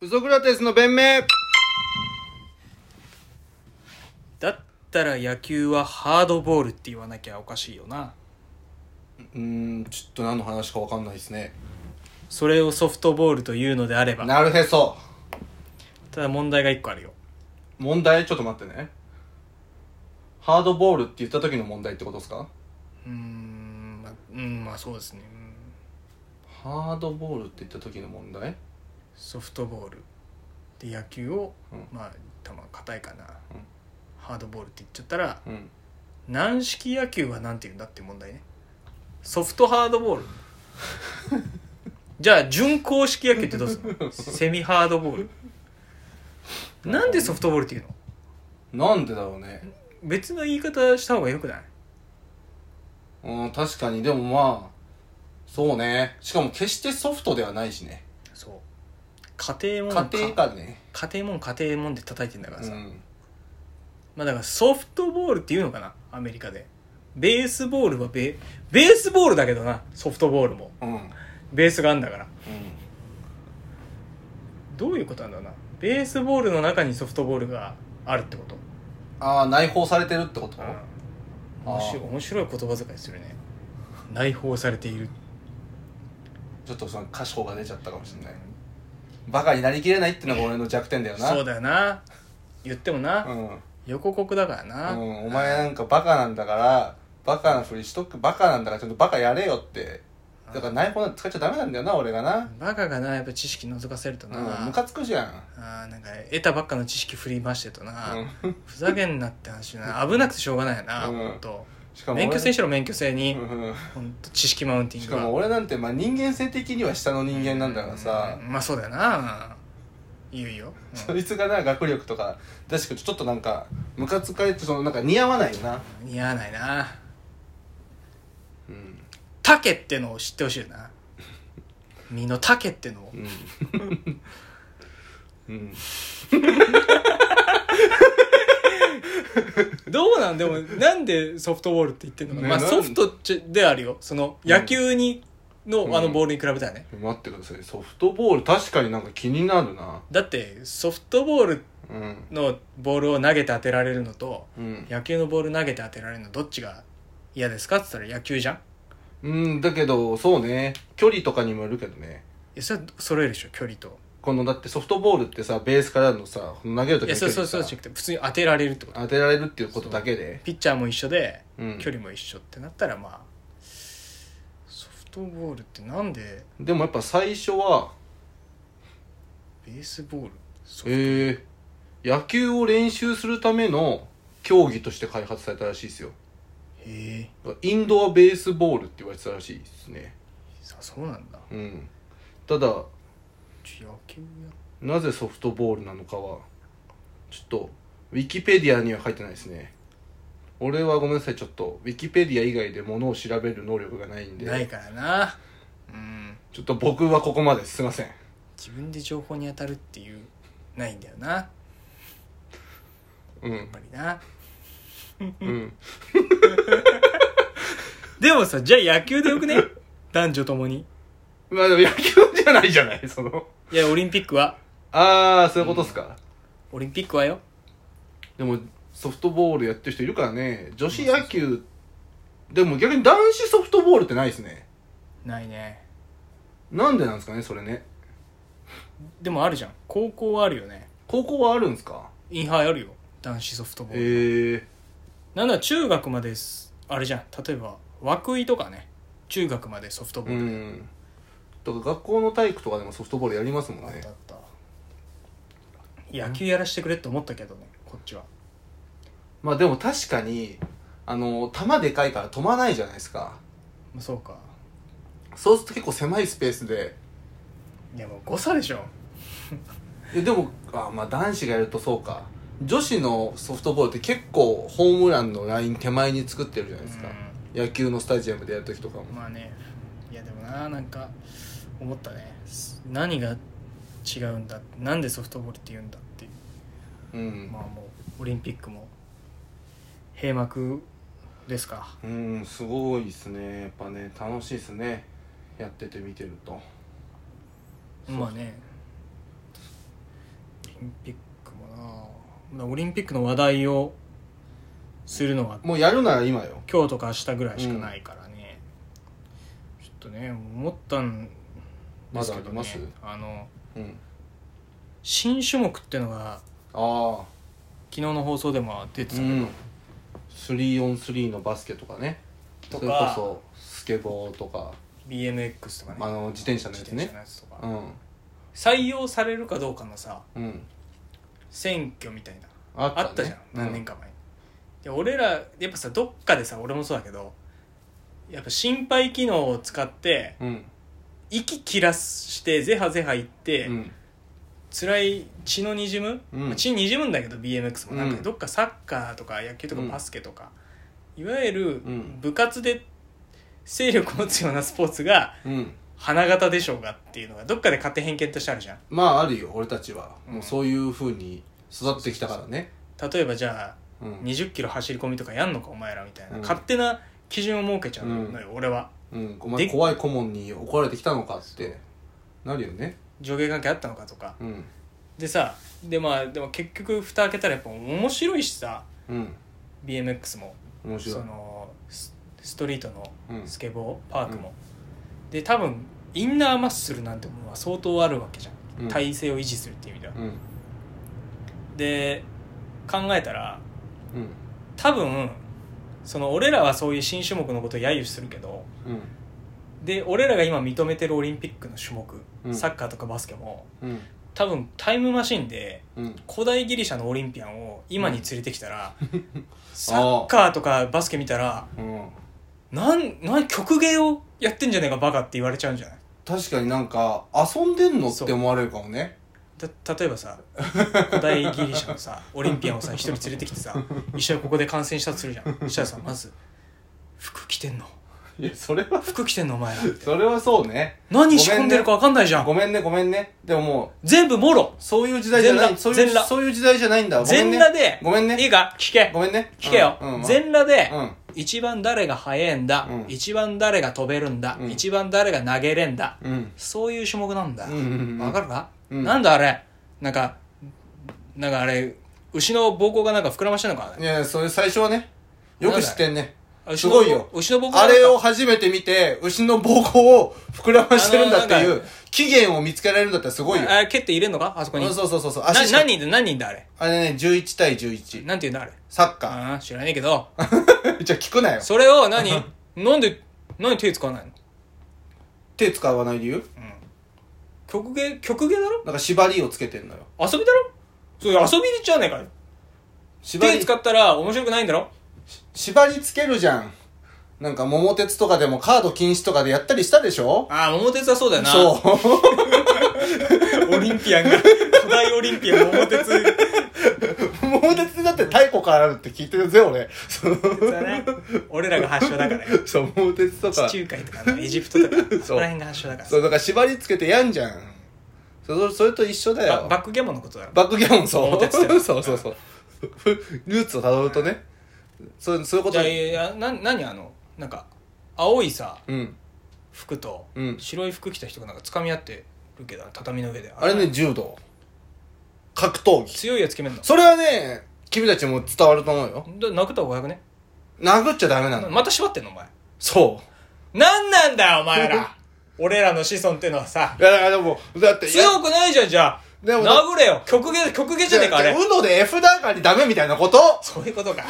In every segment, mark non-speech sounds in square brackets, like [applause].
ウソクラテスの弁明だったら野球はハードボールって言わなきゃおかしいよなうーんちょっと何の話か分かんないですねそれをソフトボールというのであればなるへそただ問題が一個あるよ問題ちょっと待ってねハードボールって言った時の問題ってことですかうーんまあうんまあそうですねうんハードボールって言った時の問題ソフトボールで野球を、うんまあ球硬いかな、うんハードボールって言っちゃったらうん軟式野球はなんて言うんだっていう問題ねソフトハード [laughs] ボールじゃあ準硬式野球ってどうす [laughs] るのセミハードボールなんでソフトボールっていうのなんでだろうね別の言い方した方がよくないうん確かにでもまあそうねしかも決してソフトではないしねそう家庭もん家庭かね家庭もん家庭もんで叩いてんだからうさ、んまあだからソフトボールっていうのかなアメリカでベースボールはベベースボールだけどなソフトボールもうんうんベースがあんだからどういうことなんだろうなベースボールの中にソフトボールがあるってことああ内包されてるってことうんあ面白い面白い言葉遣いするね内包されているちょっとその歌唱が出ちゃったかもしれないバカになりきれないってのが俺の弱点だよなそうだよな言ってもな、うん横国だからな、うん、お前なんかバカなんだからバカなふりしとくバカなんだからちゃんとバカやれよってだからナイフなんて使っちゃダメなんだよな俺がな、バカがなやっぱ知識覗かせるとうな、ん、ムカつくじゃんあーなんか得たばっかの知識振り回してとな、う [laughs] ふざけんなって話な危なくてしょうがないよな、うんほんとしかも俺免許制しろ免許制に、うほん、ん本当知識マウンティしンかグも俺なんてまあ人間性的には下の人間なんだからさ、うんまあそうだよな言うよ、うんそいつがな学力とか出してくるとちょっとなんかムカつかれてそのなんか似合わないよな似合わないなうん、竹ってのを知ってほしいよな身の竹っての [laughs] を [laughs] うん、どうなんでもなんでソフトボールって言ってんのか、ねまあなんソフトちゅであるよその野球に、のあのうんボールに比べたらね、待ってくださいソフトボール確かになんか気になるなだってソフトボールうんのボールを投げて当てられるのとうん野球のボール投げて当てられるのどっちが嫌ですかって言ったら野球じゃんいうんだけどそうね距離とかにもよるけどねやそれは揃えるでしょ距離とこのだってソフトボールってさベースからのさ投げるい時のや距そうそ離うそうさじゃなくて普通に当てられるってこと当てられるっていうことだけでピッチャーも一緒でうん距離も一緒ってなったらまあソフトボールってなんででもやっぱ最初はベースボールソフえー、野球を練習するための競技として開発されたらしいですよへえインドアベースボールって言われてたらしいですねあそうなんだうんただちょ野球やなぜソフトボールなのかはちょっとウィキペディアには書いてないですね俺はごめんなさいちょっとウィキペディア以外で物を調べる能力がないんでないからなうんちょっと僕はここまですいません自分で情報に当たるっていうないんだよなやうん [laughs] っぱりなうんでもさじゃあ野球でよくね [laughs] 男女ともにまあでも野球じゃないじゃないそのいやオリンピックはああそういうことっすか、オリンピックはよでもソフトボールやってる人いるからね女子野球でも逆に男子ソフトボールってないですねないねなんでなんですかねそれねでもあるじゃん高校はあるよね高校はあるんですかインハイあるよ男子ソフトボーへルえなんだ中学まですあれじゃん例えば涌井とかね中学までソフトボうールんだから学校の体育とかでもソフトボールやりますもんだねった、野球やらしてくれって思ったけどねこっちはまあでも確かにあの球でかいから飛ばないじゃないですかまあそうかそうすると結構狭いスペースでいやもう誤差でしょえでもあまあ男子がやるとそうか女子のソフトボールって結構ホームランのライン手前に作ってるじゃないですか、野球のスタジアムでやる時とかもうんまあねいやでもななんか思ったねす何が違うんだなんでソフトボールって言うんだっていううんまあもうオリンピックも閉幕ですかうんすごいですねやっぱね楽しいですねやってて見てるとまあねリンピックもなオリンピックの話題をするのがもうやるなら今よ今日とか明日ぐらいしかないからね、ちょっとね思ったんですけまだあど、ね、りますあのうん新種目っていうのがああ昨日の放送でも出てうたけど、ん 3on3 のバスケとかねとそれかこそスケボーとか BMX とかねあの自転車のやつ自ね転車のやつとか、うん採用されるかどうかのさうん選挙みたいなああったじゃん、何年か前にで俺らやっぱさどっかでさ俺もそうだけどやっぱ心肺機能を使ってうん息切らしてゼハゼハ言って、うん辛い血のにじむ、うんまあ血にじむんだけど BMX もなんか、うんどっかサッカーとか野球とかうんバスケとか、いわゆるうん部活で勢力を持つようなスポーツがうん花形でしょうがっていうのがどっかで勝手偏見としてあるじゃんまああるよ俺たちは、うんもうそういうふうに育ってきたからね例えばじゃあう2ん、 0キロ走り込みとかやんのかお前らみたいな、うん勝手な基準を設けちゃうのよ、俺はうん、お前で怖い顧問に怒られてきたのかってなるよね上下関係あったのかとかうんでさでまあでも結局蓋開けたらやっぱ面白いしさうん BMX も面白いそのスストリートのうんスケボー、パークも、で多分インナーマッスルなんてものは相当あるわけじゃん、うん体勢を維持するっていう意味では、うんで考えたらうん多分その俺らはそういう新種目のことを揶揄するけどうんで俺らが今認めてるオリンピックの種目、うんサッカーとかバスケもうん多分タイムマシンでうん古代ギリシャのオリンピアンを今に連れてきた [laughs] ら、サッカーとかバスケ見たらうんなんなん曲芸をやってんじゃねえかバカって言われちゃうんじゃない確かになんか遊んでんのっそうて思われるかもねた例えばさ古代ギリシャのさオリンピアンをさ一人連れてき [laughs] てさ一緒にここで観戦したとするじゃんそしたらさまず「服着てんのいやそれは服着てんのお前ら」ってそれはそうね何仕込んでるか分かんないじゃんごめんねごめんねでもも全部もろうそういう時代じゃな全いそういう裸全裸そういう時代じゃないんだごめん全ね裸でごめんねいいか聞けごめんね聞けよ、うんうん全裸で、うん一番誰が速えんだ、うん一番誰が飛べるんだ、うん一番誰が投げれんだ、うんそういう種目なんだ、うんうんうんわかるか、うんなんだあれなんかなんかあれ牛の膀胱がなんか膨らましてんのかあいれやそれ最初はねよく知ってんねあすごいよ牛の膀あれを胱初めて見て牛の膀胱を [laughs] 膨らましてるんだってあのいなんう起源を見つけられるんだったらすごいよあれ蹴って入れんのかあそこにうんなそうそうそうそう何足しか人で何人だあれあれね11対11なんて言うんだあれサッカああ知らねえけどー [laughs] じゃあ聞くなよそれ [laughs] を何なんで何手使わないの、手使わない理由うん、曲芸曲芸だろなんか縛りをつけてんのよ遊びだろそれ遊びじゃねえかよ縛手り使ったら面白くないんだろ縛りつけるじゃんなんか桃鉄とかでもカード禁止とかでやったりしたでしょああ桃鉄はそうだよなそう [laughs] オリンピアンが古代オリンピアン桃鉄桃鉄だって太古からあるって聞いてるぜ俺そのだね俺らが発祥だから [laughs] よそう桃鉄と地か中海とかのエジプトとかうそこら辺が発祥だからそうだから縛りつけてやんじゃんそそそれと一緒だバよバックギャモンのことだろバックギャモンそう桃鉄だ [laughs] よそうそうそうルーツをたどるとねそうそういうこじとゃあいやな何あのなんか青いさうん服とうん白い服着た人がなんか掴み合ってるけど畳の上であれね柔道格闘技強いやつ決めんのそれはね君たちも伝わると思うよだ殴った方が早くね殴っちゃダメなのまた縛ってんのお前そう何なんだよお前 [laughs] ら俺らの子孫ってのはさいやだからでもだっていや強くないじゃんじゃあでも殴れよ曲芸曲芸じゃねえかあれうので絵札上がりダメみたいなことそういう [laughs] ことか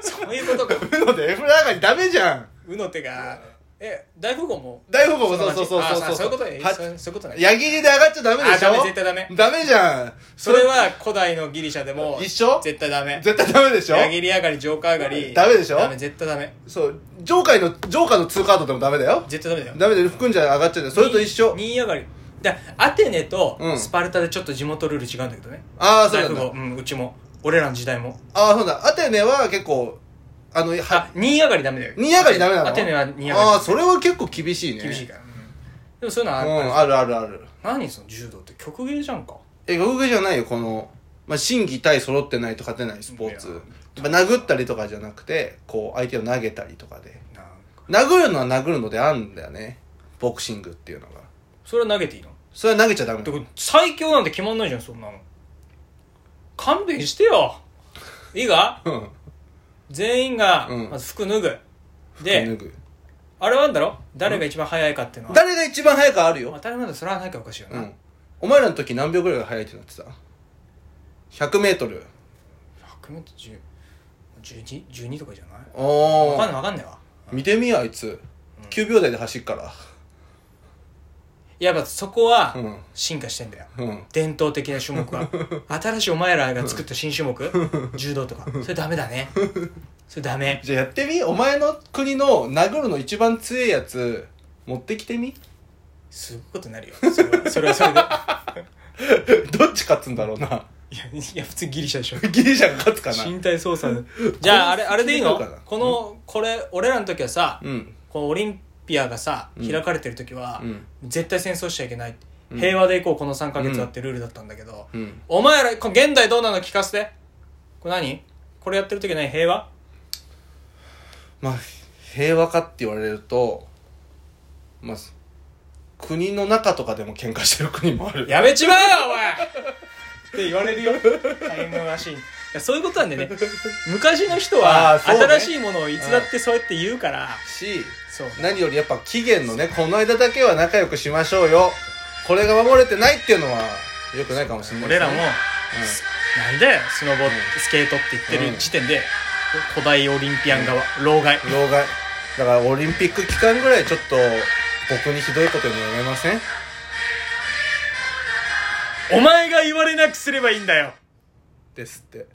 そういうことかうので絵札上がりダメじゃんうの手がえ大富豪も大富豪のそう話そうそうあそうそういうことねはそうそういうことね矢切りで上がっちゃダメでしょあダメ絶対ダメダメじゃんそれは古代のギリシャでも一緒絶対ダメ絶対ダメでしょ矢切り上がりジョーカー上がりダメでしょダメ絶対ダメそうジョーカーのジョーカーの2カードでもダメだよ絶対ダメだよダメで含んじゃ上がっちゃうよそれと一緒2位上がりだアテネとうんスパルタでちょっと地元ルール違うんだけどねああそう大なん富だ豪うんうちも俺らの時代もああそうだアテネは結構あのはあ2位上がりダメだよ2上がりダメなのアテネは2位上がりああそれは結構厳しいね厳しいから、うんでもそういうのはあうるんあるあるある何その柔道って曲芸じゃんかえ格ゲーじゃないよこの、まあ、審議対揃ってないと勝てないスポーツいややっぱ殴ったりとかじゃなくてこう相手を投げたりとかでなんか殴るのは殴るのであるんだよねボクシングっていうのがそれは投げていいのそれは投げちゃダメだから最強なんて決まんないじゃんそんなの勘弁してよいいかうん全員がうんまず服脱ぐ、脱でぐあれはあんだろ誰が一番早いかっていうのは誰が一番早いかあるよ当たり前だそれはないかおかしいような、んお前らの時何秒ぐらいが早いってなってた 100m 100メートル10 12, 12とかじゃないおわかんおないわかんないわ見てみよあいつ9秒台で走っからいややっぱそこはうん進化してんだよ、うん伝統的な種目 [laughs] は新しいお前らが作った新種目柔道とかそれダメだねそれダメじゃあやってみお前の国の殴るの一番強いやつ持ってきてみすごいことになるよそれはそれはそれで [laughs] どっち勝つんだろうない [laughs] やいや普通ギリシャでしょギリシャが勝つかな身体操作じゃあ [laughs] あれあれでいいのこれ聞いてみようかなこのこれ俺らの時はさ、うんこのオリンピアがさうん開かれてる時は、うん絶対戦争しちゃいけない、うん平和でいこうこの3ヶ月はってルールだったんだけど、うんお前らこれ現代どうなの聞かせてこれ何これやってる時ね平和まあ平和かって言われるとまあ国の中とかでも喧嘩してる国もあるやめちまえよお前って言われるよタイムマシンいやそういうことなんでね昔の人あはーそうね新しいものをいつだってそうやって言うからしそう何よりやっぱ期限のねこの間だけは仲良くしましょうよこれが守れてないっていうのはよくないかもしれないで俺すね、らも、なんだよスノボ、スケートって言ってる時点で、古代オリンピアン側、老害うん老害だからオリンピック期間ぐらいちょっと僕にひどいことにやめませんお前が言われなくすればいいんだよですって